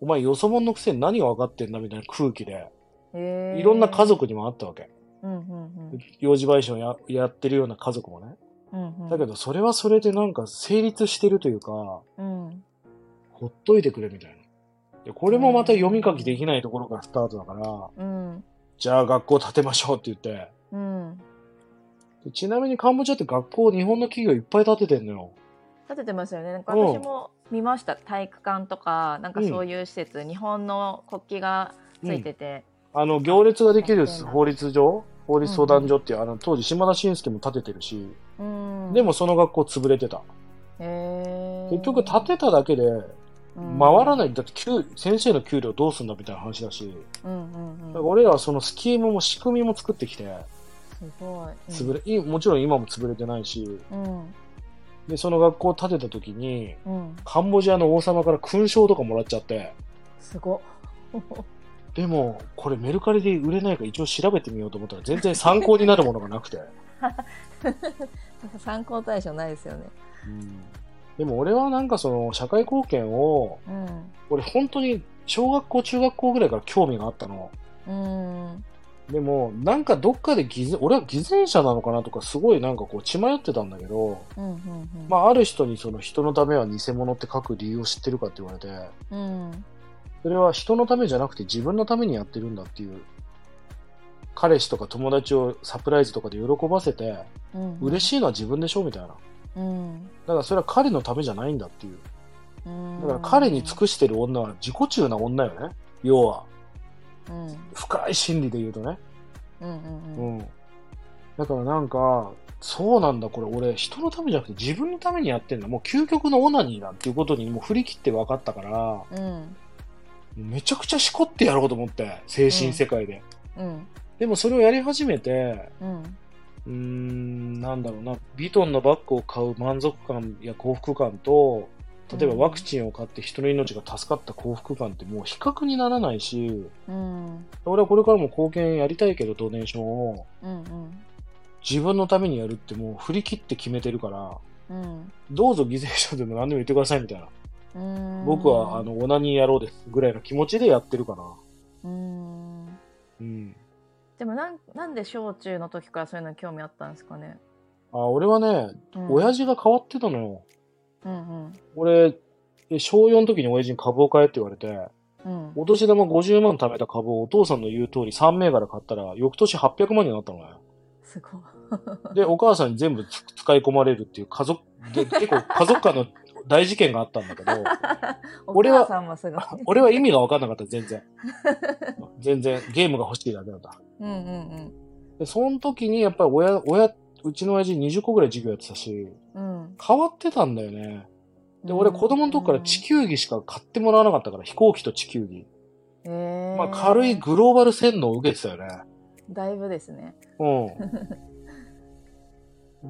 お前よそ者のくせに何が分かってんだみたいな空気で、
へー
いろんな家族にもあったわけ。
うんうんうん
幼児買収をややってるような家族もね。
うんうん
だけどそれはそれでなんか成立してるというか、
うん
ほっといてくれみたいな。で、これもまた読み書きできないところからスタートだから、
うん
じゃあ学校建てましょうって言って。
うん
でちなみにカンボジアって学校、日本の企業いっぱい建ててんのよ。
立ててますよねなんか
うん
私も見ました体育館とかなんかそういう施設、日本の国旗がついてて、
あの、行列ができる
建てんだ
法律上、法律相談所っていう、あの、当時島田紳介も建ててるし、
うん
でもその学校潰れてた。
結
結局建てただけで回らない。だって給、先生の給料どうすんだみたいな話だし、
うんう
だか
んう
ら
ん、
俺らはそのスキームも仕組みも作ってきて、
すごい。
潰れ、いもちろん今も潰れてないし、
うん、うん
で、その学校を建てた時に、
うん、
カンボジアの王様から勲章とかもらっちゃって、
すごっ。
でも、これメルカリで売れないか一応調べてみようと思ったら全然参考になるものがなくて。
参考対象ないですよね。
うんでも俺はなんかその社会貢献を、
うん。
俺本当に小学校、中学校ぐらいから興味があったの。
うん。
でも、なんかどっかで偽善、俺は偽善者なのかなとかすごいなんかこう血迷ってたんだけど、
うん。うん。
まあある人にその人のためは偽物って書く理由を知ってるかって言われて、
うん。
それは人のためじゃなくて自分のためにやってるんだっていう、彼氏とか友達をサプライズとかで喜ばせて、
うん。
嬉し
い。
いのは自分でしょみたいな。だ
うん。
からそれは彼のためじゃないんだっていう。
うん
だから彼に尽くしてる女は自己中な女よね。要は、
うん。うん。
深い心理で言うとね。
うん。うん。
うん。だからなんか、そうなんだ、これ俺、人のためじゃなくて自分のためにやってんだ。もう究極のオナニーだっていうことにもう振り切って分かったから、
うん。
めちゃくちゃしこってやろうと思って、精神世界で。
うん。
でもそれをやり始めて、
うん。
うーん、なんだろうな、ビトンのバッグを買う満足感や幸福感と、例えばワクチンを買って人の命が助かった幸福感ってもう比較にならないし、
うん。
俺はこれからも貢献やりたいけど、ドネーションを
うん。うん。
自分のためにやるってもう振り切って決めてるから、
うん。
どうぞ犠牲者でも何でも言ってくださいみたいな。
うん。
僕は、あ。の、オナニーやろうですぐらいの気持ちでやってるかな。
うん。
うん。
でもなん、なんで小中の時からそういうのに興味あったんですかね。
あ、俺はね、
うん、
親父が変わってたのよ。
うんうん。
俺、え小4の時に親父に株を買えって言われて、
うん。
お年玉50万貯めた株をお父さんの言う通り3銘柄買ったら、翌年800万になったのね。
すごい。
で、お母さんに全部つ使い込まれるっていう家族、で結構家族間の大事件があったんだけど、
お
俺は
母さんもすごい。
俺は意味が分かんなかった、全 然。全然、ゲームが欲しいだけだった。
うんうん
で、その時にやっぱり親、親、うちの親父20個ぐらい授業やってたし、
うん。うん。
変わってたんだよね。で、俺子供の時から地
球、
球儀しか買ってもらわなかったから、飛行機と地球儀。
えー
まあ軽いグローバル洗脳を受けてたよね。
だいぶですね。
うん。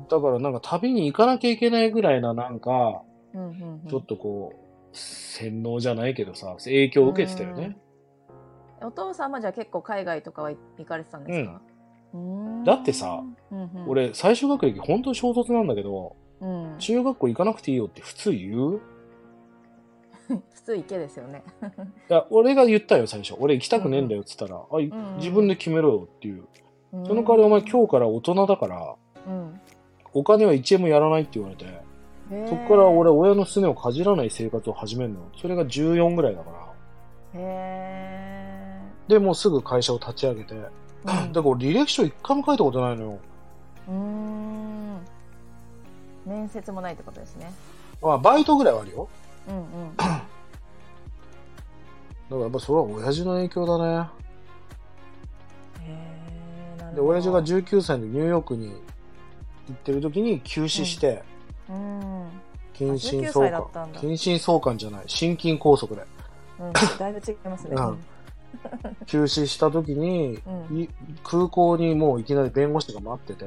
だからなんか旅に行かなきゃいけないぐらいななんか、
うんうん、うん。
ちょっとこう、洗脳じゃないけどさ、影響を受けてたよね。
うん。お父様じゃあ結構海外とかは行かれてたんですか、うん、
だってさ、
うんうん、、
俺、最終学歴本当に衝突なんだけど、
うん、普
中学校行かなくていいよって普通言う
通行けですよね。
いや、俺が言ったよ、最初。俺行きたくねえんだよって言ったら、あい
うんうん
自分で決めろよっていう。
そ
その代わりお前今日から大人だから、
日、うん
お金は1円もやらないって言われて、
へー
そっから俺、親のすねをかじらない生活を始めるのよ。それが14ぐらいだから。
へ
で、もうすぐ会社を立ち上げて。
ー
だから俺履歴書一回も書いたことないのよ。
うん。うん面接もないってことですね。
まあ、バイトぐらいはあるよ。
うん うん。
だからやっぱそれは親父の影響だね。
へーな
で、
るほど
親父が19歳でニューヨークに行ってる時に休止して、
うん、うん、
謹慎
19
相
歳だった
関
ん。だ
謹慎相関じゃない。心筋梗塞で。
だいぶ違いますね。
うん休止した時に、
うん、
い空港にもういきなり弁護士が待ってて、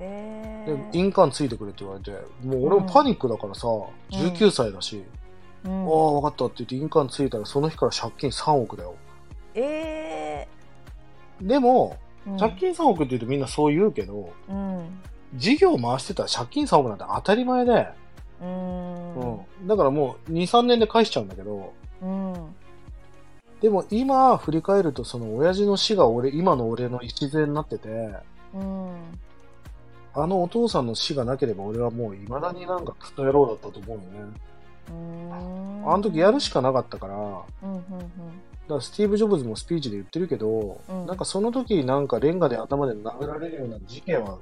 え
で
ー、
印鑑ついてくれって言われて、もう俺もパニックだからさ、19歳だし、
うん
ああ、わかったって言って印鑑ついたらその日から借金3億だよ。
え
でも、
ーうん、
借金3億って言うとみんなそう言うけど、
うん
事業回してたら借金3億なんて当たり前で、
うー
う
ん
ん。だからもう2、3年で返しちゃうんだけど、
うん
でも今振り返るとその親父の死が俺、今の俺の礎になってて、
うん
あのお父さんの死がなければ俺はもう未だになんかクソ野郎だったと思うよね。
うん
あの時やるしかなかったから、だ
うんうん
からスティーブ・ジョブズもスピーチで言ってるけど、
うん
なんかその時なんかレンガで頭で殴られるような事件は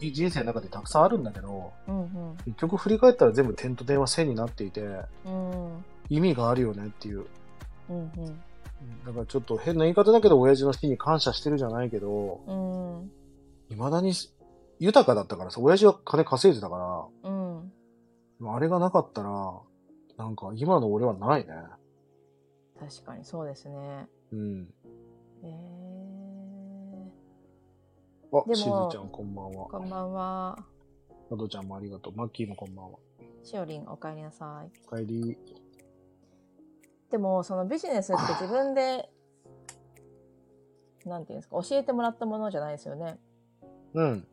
い人生の中でたくさんあるんだけど、
うんうん
結局振り返ったら全部点と点は線になっていて、
うん
意味があるよねっていう。
うんうん
だからちょっと変な言い方だけど、親父の死に感謝してるじゃないけど、
うん
未だに豊かだったからさ、親父は金稼いでたか
うん
ら、あれがなかったら、なんか今の俺はないね。
確かにそうですね
うん。
えー、
あ
で、も
しずちゃんこんばんは。
こんばんは
などちゃんもありがとう。マッキーもこんばんは。
しおりん、おかえりなさい。
お帰り。
でも、そのビジネスって自分で、なんていうんですか、教えてもらったものじゃないですよね。
うん。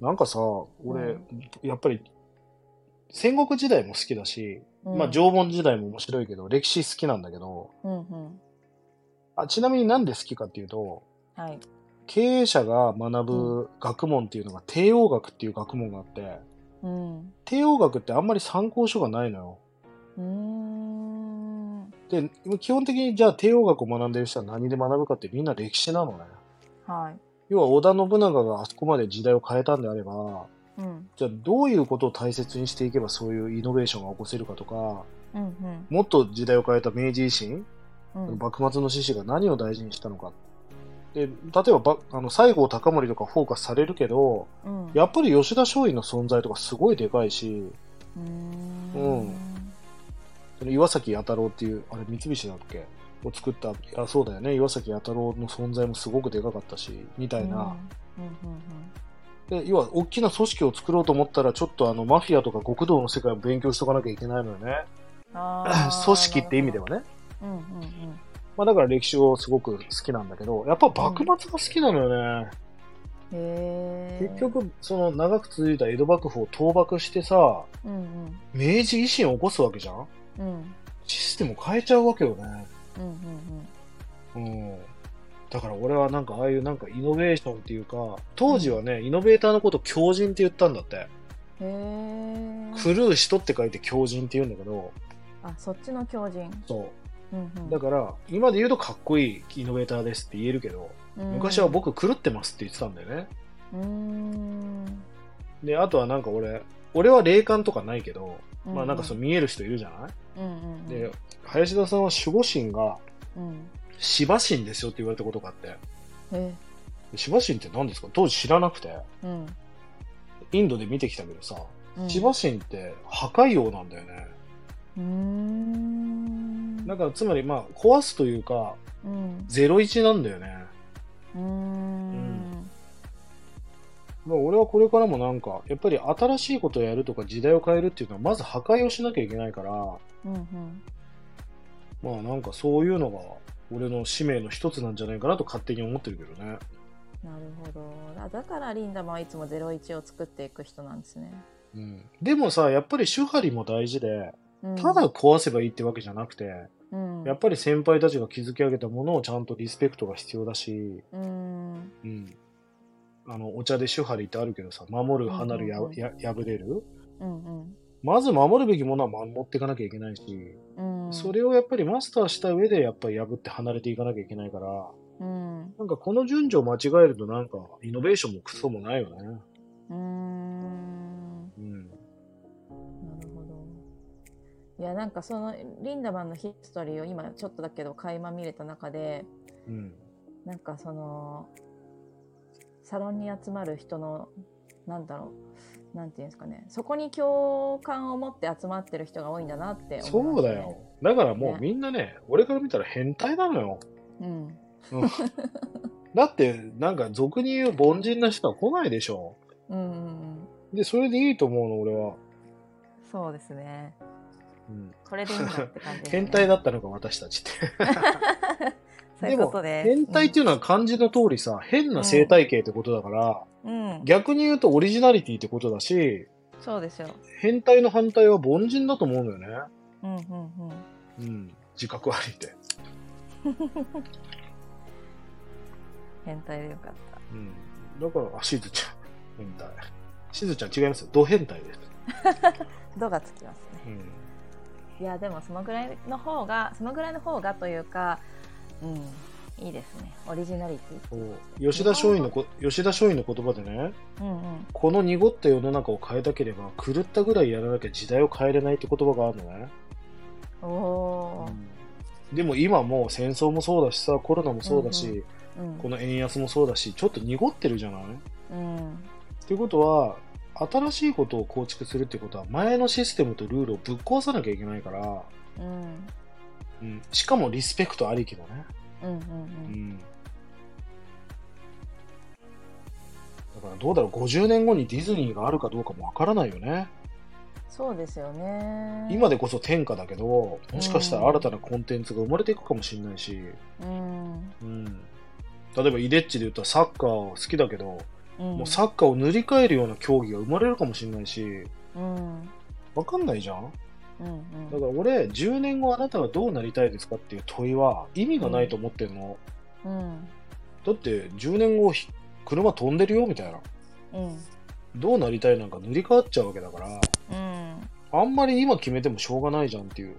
なんかさ、俺、やっぱり、戦国時代も好きだし、
うん、
まあ縄文時代も面白いけど、歴史好きなんだけど、
うんうん。
あちなみになんで好きかっていうと、
はい。
経営者が学ぶ学問っていうのが帝王学っていう学問があって、
うん。う
帝王学ってあんまり参考書がないのよ。
ーん。
で、基本的にじゃあ帝王学を学んでる人は何で学ぶかってみんな歴史なのね。
はい。
要は織田信長があそこまで時代を変えたんであれば、
うん。
じゃあどういうことを大切にしていけばそういうイノベーションが起こせるかとか、
うん
もっと時代を変えた明治維新、
うん。うん。
幕末の志士が何を大事にしたのか。で、例えばば、あの、西郷隆盛とかフォーカスされるけど、
うん。
やっぱり吉田松陰の存在とかすごいでかいし、
うーん。
うんその岩崎弥太郎っていう、あれ三菱だっけを作った、あ、そうだよね。岩崎弥太郎の存在もすごくでかかったし、みたいな。
うん。うん。うん
で、要は、大きな組織を作ろうと思ったら、ちょっとあの、マフィアとか極道の世界を勉強しとかなきゃいけないのよね。
うん。あー
組織って意味で。はね。
なるほどうん。うん。うん。
まあだから歴史をすごく好きなんだけど、やっぱ幕末が好きなのよね。
へえ。
結。局、その長く続いた江戸幕府を倒幕してさ、
うん。うん。
明治維新を起こすわけじゃん
うん。
システム変えちゃうわけよね。
うん。うん。
うん。だから俺はなんかああいうなんかイノベーションっていうか、当時はね、イノベーターのことを狂人って言ったんだって。
うん。へえ。
狂う人って書いて狂人って言うんだけど、
あ、そっちの狂人。
そ
うん。うん
う。だから、今で言うとかっこいいイノベーターですって言えるけど、昔は。僕狂ってますって言ってたんだよね。
うんうーん。
で、あとはなんか俺、俺は霊感とかないけど、まあなんかその
の。
見える人いるじゃない、
うん。うん。
で、林田さんは守護神が
うん。
芝神ですよって言われたことがあって、
え。
で芝神って何ですか当時知らなくて、
うん。
インドで見てきたけどさ、
うん
芝。神って破壊王なんだよね。
うーん。
だからつまりまあ壊すというか、
うん。
01なんだよね。
うーん。
まあ俺はこれからもなんか、やっぱり新しいことをやるとか時代を変えるっていうのはまず破壊をしなきゃいけないから、
うん。うん。
まあなんかそういうのが俺の使命の一つなんじゃないかなと勝手に思ってるけどね。
なるほど。あだからリンダマはいつもゼロ一を作っていく人なんですね。
うん、でもさ、やっぱり手張りも大事で、
うん
ただ、壊せばいいってわけじゃなくて、
うん、
やっぱり先輩たちが築き上げたものをちゃんとリスペクトが必要だし、
うん、
うん、あのお茶で手張りってあるけどさ、守る、離る、や
うんうんうん
や破れる。
うん、
まず守るべきものは守っていかなきゃいけないし、
うん、うん、
それをやっぱりマスターした上でやっぱり破って離れていかなきゃいけないから、
うん、う
なんかこの順序を間違えるとなんかイノベーションもクソもないよね。
ーん、な
うん。
るほど。いや、なんかそのリンダマンのヒストリーを今ちょっとだけど垣間見れた中で、
うん。
なんかそのサロンに集まる人のなんだろう、なんていうんですかね、そこに共感を持って集まってる人が多いんだなって思いま
そう
したね
だよ。。だからも
ね
うみんなね、俺から見たら変態なのよ。
うん、
だって、なんか俗に言う凡人な人は来ないでしょ。
うん、うんうん、
で、それでいいと思うの、俺は。
そうですね。
うん、
これでいいんだって感じですね、
変態だったのか、私たち って。
そういうことです。
変態っていうのは漢字の通りさ、変な生態系ってことだから、
うん、うん
逆に言うとオリジナリティってことだし、
そうですよ。
変態の反対は凡人だと思うのよね。
うんうんうん。
うん。自覚ありで。
変態でよかった。
うん。だから、あ、しずちゃん。変態。しずちゃん違いますよ。ド変態です。
度がつきますね。
うん。
いやでもそのぐらいの方がそのぐらいの方がというか、うんいいですね。オリジナリティ。
こう吉田松陰のこ吉田松陰の言葉でね、
うんうん
この濁った世の中を変えたければ、狂ったぐらいやらなきゃ時代を変えれないって言葉があるのね。。
おー
でも今もう戦争もそうだしさ、コロナもそうだし、
うん
この円安もそうだし、ちょっと濁ってるじゃない
うん
っていうことは、新しいことを構築するってことは、前のシステムとルールをぶっ壊さなきゃいけないから、
うん
うん、しかもリスペクトありきだね。
うんうんう。
うんん。だだからどうだろう、50年後にディズニーがあるかどうかもわからないよね。
そうですよね。
今でこそ天下だけど、もしかしたら新たなコンテンツが生まれていくかもしれないし、
うん、
うん。例えば、イデッチで言ったらサッカー好きだけど、
うん、
もうサッカーを塗り替えるような競技が生まれるかもしれないし、
うん、うん、
わかんないじゃん
うん、
だから俺、10年後あなたはどうなりたいですかっていう問いは意味がないと思ってるの。
うん、
だって、10年後ひ、車飛んでるよみたいな。
うん、
どうなりたいなんか塗り替わっちゃうわけだから、
うん、
あんまり今決めてもしょうがないじゃんっていう。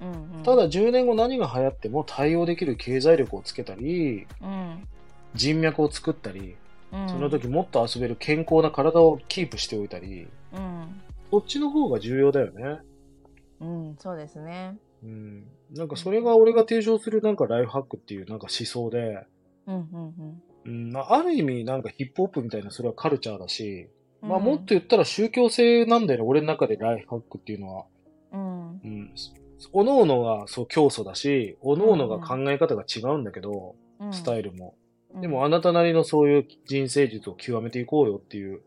うん、
ただ、10年後何が流行っても対応できる経済力をつけたり、
うん、
人脈を作ったり、
うん、
その時もっと遊べる健康な体をキープしておいたり、
うん、
そっちの方が重要だよね。
うん、そうですね。
うん。なんかそれが俺が提唱するなんかライフハックっていうなんか思想で、
うん、うん、
うん、まあある意味なんかヒップホップみたいなそれはカルチャーだし、
うん。
まあもっと、言ったら宗教性なんだよね、俺の中でライフハックっていうのは。
うん、
うん。おのおのがそう教祖だし、おのおのが考え方が違うんだけど、
うん、
スタイルも。
うん
でもあなたなりのそういう人生術を極めていこうよっていう。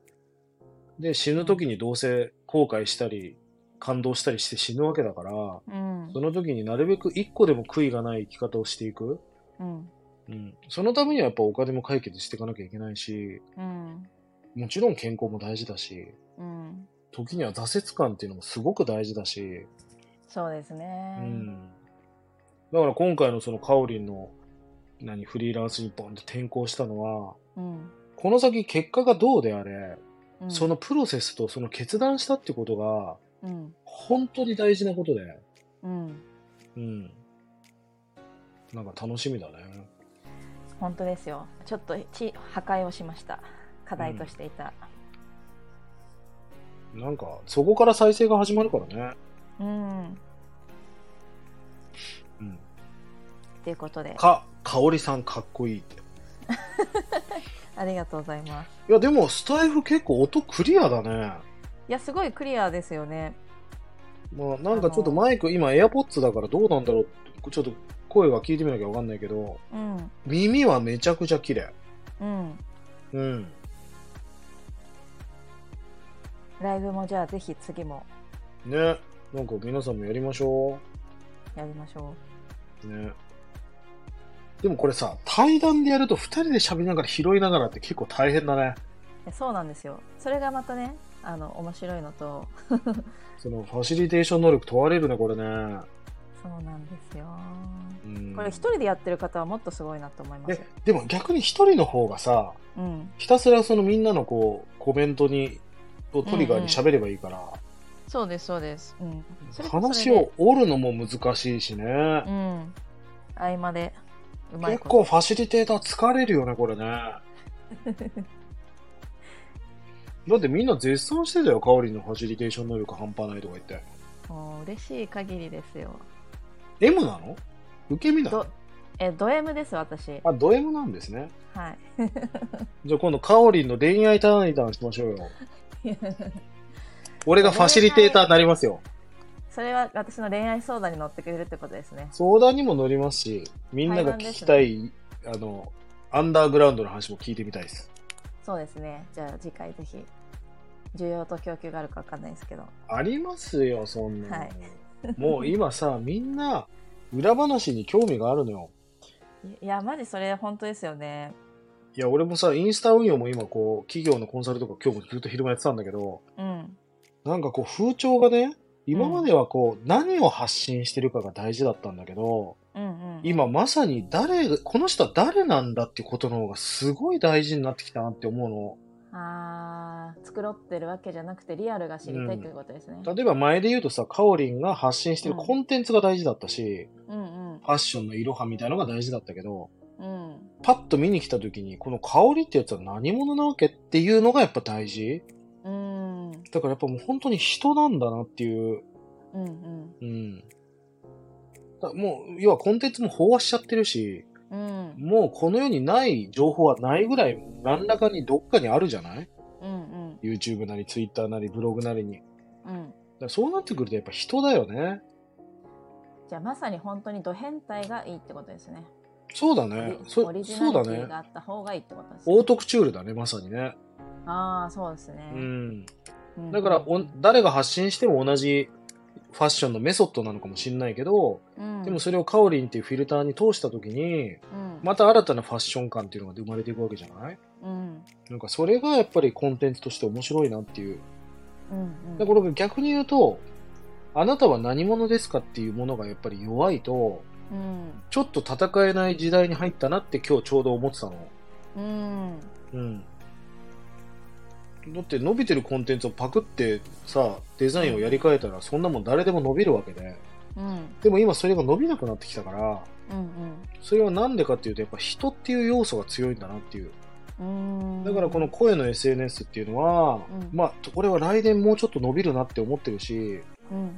で、死ぬ時にどうせ後悔したり、感動したりして死ぬわけだから、
うん、
その時になるべく一個でも悔いがない生き方をしていく。
うん、
うん。そのためにはやっぱお金も解決していかなきゃいけないし、
うん、
もちろん健康も大事だし、
うん、
時には挫折感っていうのもすごく大事だし、
そうです
う
ね。
ん。だから今回のそのカオリンの、何、フリーランスにボンと転校したのは、
うん、
この先結果がどうであれ、
うん、
その、プロセスとその決断したってことが、
うん、
本当に大事なことで、
うん、
うん。なんか楽しみだね。
本当ですよ。ちょっとち破壊をしました。課題としていた。
なんか、そこから再生が始まるからね。
うん、っ
うん。
ていうことで、
か、かおりさんかっこいいって。
ありがとうございます。
いや、でも、スタイフ結構音クリアだね。
いや、すごいクリアですよね。
まあ、なんかちょっとマイク、今、エアポッツだからどうなんだろうってちょっと声は聞いてみなきゃわかんないけど、
うん、
耳はめちゃくちゃ綺麗。
うん。
うん。
ライブもじゃあぜひ次も
ね。なんか皆さんもやりましょ
やりましょ
う。ね。でもこれさ、対談でやると二人で喋りながら拾いながらって結構大変だね。
うえそうなんですよそれがまたねあの面白いのと
そのファシリテーション能力問われるね、これね。
そうなんですよ
うん、
これ一人でやってる方はもっとすごいなと思います
え、でも逆に一人の方がさ、
うん、
ひたすらそのみんなのこう、コメントに、をトリガーに喋ればいいから、
そうですそうです、うん、それもそ
話
れで
を折るのも難しいしね。
うん合間でうまい
結
こと
構ファシリテーター疲れるよね、これね。だってみんな絶賛してたよ、カオリンのファシリテーション能力半端ないとか言って。
もう嬉しい限りですよ
M なの受け身なの
どえド M です私
あ、ド M なんですね。
はい
じゃあ今度カオリンの恋愛ターンターンしましょうよ。俺がファシリテーターになりますよ。
それは私の恋愛相談に乗ってくれるってことですね
相談にも乗りますし、みんなが聞きたい、あの、アンダーグラウンドの話も聞いてみたいです。
そうですねじゃあ次回ぜひ需要と供給があるかわかんないですけど
ありますよ、そんなの。
はい
もう今さ、みんな、裏話に興味があるのよ。
いや、マジそれ本当ですよね。
いや、俺もさ、インスタ運用も今、こう、企業のコンサルとか今日もずっと昼間やってたんだけど、
うん。
なんかこう、風潮がね、今まではこう、何を発信してるかが大事だったんだけど、
うんうん。
今まさに誰が、この人は誰なんだってことの方がすごい大事になってきたなって思うの。
あー、繕ってるわけじゃなくて、リアルが知りたいということですね。
例えば前で言うとさ、カオリンが発信してる
うん
コンテンツが大事だったし、
うんうん。
ファッションのいろはみたいのが大事だったけど、
うん。
パッと見に来た時に、この香りってやつは何者なわけっていうのがやっぱ大事。
うん。うん
だからやっぱもう本当に人なんだなっていう、
うん。
うん。だもう、要はコンテンツも飽和しちゃってるし、
うん。
もうこの世にない情報はないぐらい何らかにどっかにあるじゃない
うんうん。
?YouTube なり Twitter なりブログなりに。だか
うん。
らそうなってくるとやっぱ人だよね。
じゃあまさに本当にド変態がいいってことですね。
そうだ
オ
ね
リ。
そ
オリジナ
そう
リ
だ
ティ
ね
が。あった方がいいってことですね。
オートクチュールだね、まさにね。
うああ、そうです
う
ね。
ん。
うん
だからお、誰が発信しても同じファッションのメソッドなのかもしれないけど、
うん、
でもそれをカオリンっていうフィルターに通した時に、
うん、
また新たなファッション感っていうのが生まれていくわけじゃない
うん、
なんかそれがやっぱりコンテンツとして面白いなっていう。
うん、
だから逆に言うと、あなたは何者ですかっていうものがやっぱり弱いと、
うん、
ちょっと戦えない時代に入ったなって今日ちょうど思ってたの。
うん、
うん。だって伸びてるコンテンツをパクってさ、デザインをやり替えたらそんなもん誰でも伸びるわけで。
うん、
でも今それが伸びなくなってきたから、
うん、
それはなんでかっていうとやっぱ人っていう要素が強いんだなっていう。
うん、
だからこの声の SNS っていうのは、
うん
まあ、これは来年もうちょっと伸びるなって思ってるし、
うん、うん、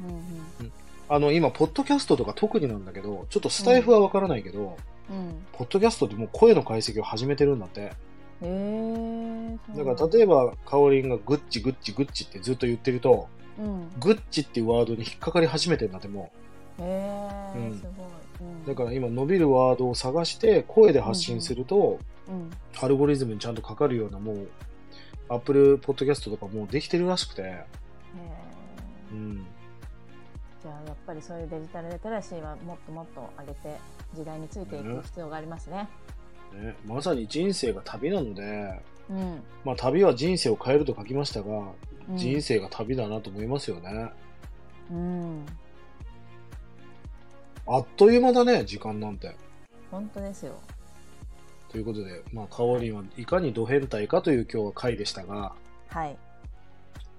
あの、今、ポッドキャストとか特になんだけど、ちょっとスタイフはわからないけど、
うん、うん、
ポッドキャストってもう声の解析を始めてるんだって。
へえ。
だから、例えば、カオリンがグッチグッチグッチってずっと言ってると、
ば、うん、
グッチっていうワードに引っかかり始めてるんだって、も
へ
う
え、
ん
すごい。うん
う。だから今、伸びるワードを探して、声で発信すると、
うん、
アルゴリズムにちゃんとかかるような、もう、アップルポッドキャストとかもうできてるらしくて、
へえ。
うん。
じゃあやっぱりそういうデジタルリテラシーはもっともっと上げて時代についていく必要がありますね。
ね、まさに人生が旅なので、
うん。
まあ、旅は人生を変えると書きましたが、
うん
人生が旅だなと思いますよね。
うん。
あっという間だね、時間なんて。
本当ですよ。
ということで、まあ、カオリンはいかにド変態かという今日は回でしたが、
はい。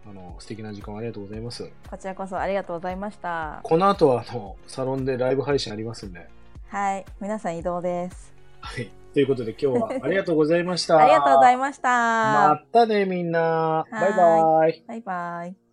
あの、素敵な時間ありがとうございます。
こちらこそありがとうございました。
この後は、あの、サロンでライブ配信ありますんで。
はい。皆さん移動です。
はい。ということで、今日は ありがとうございました。
ありがとうござい
ま
ました。
またね、みんな。バイバイ。
バイバイ。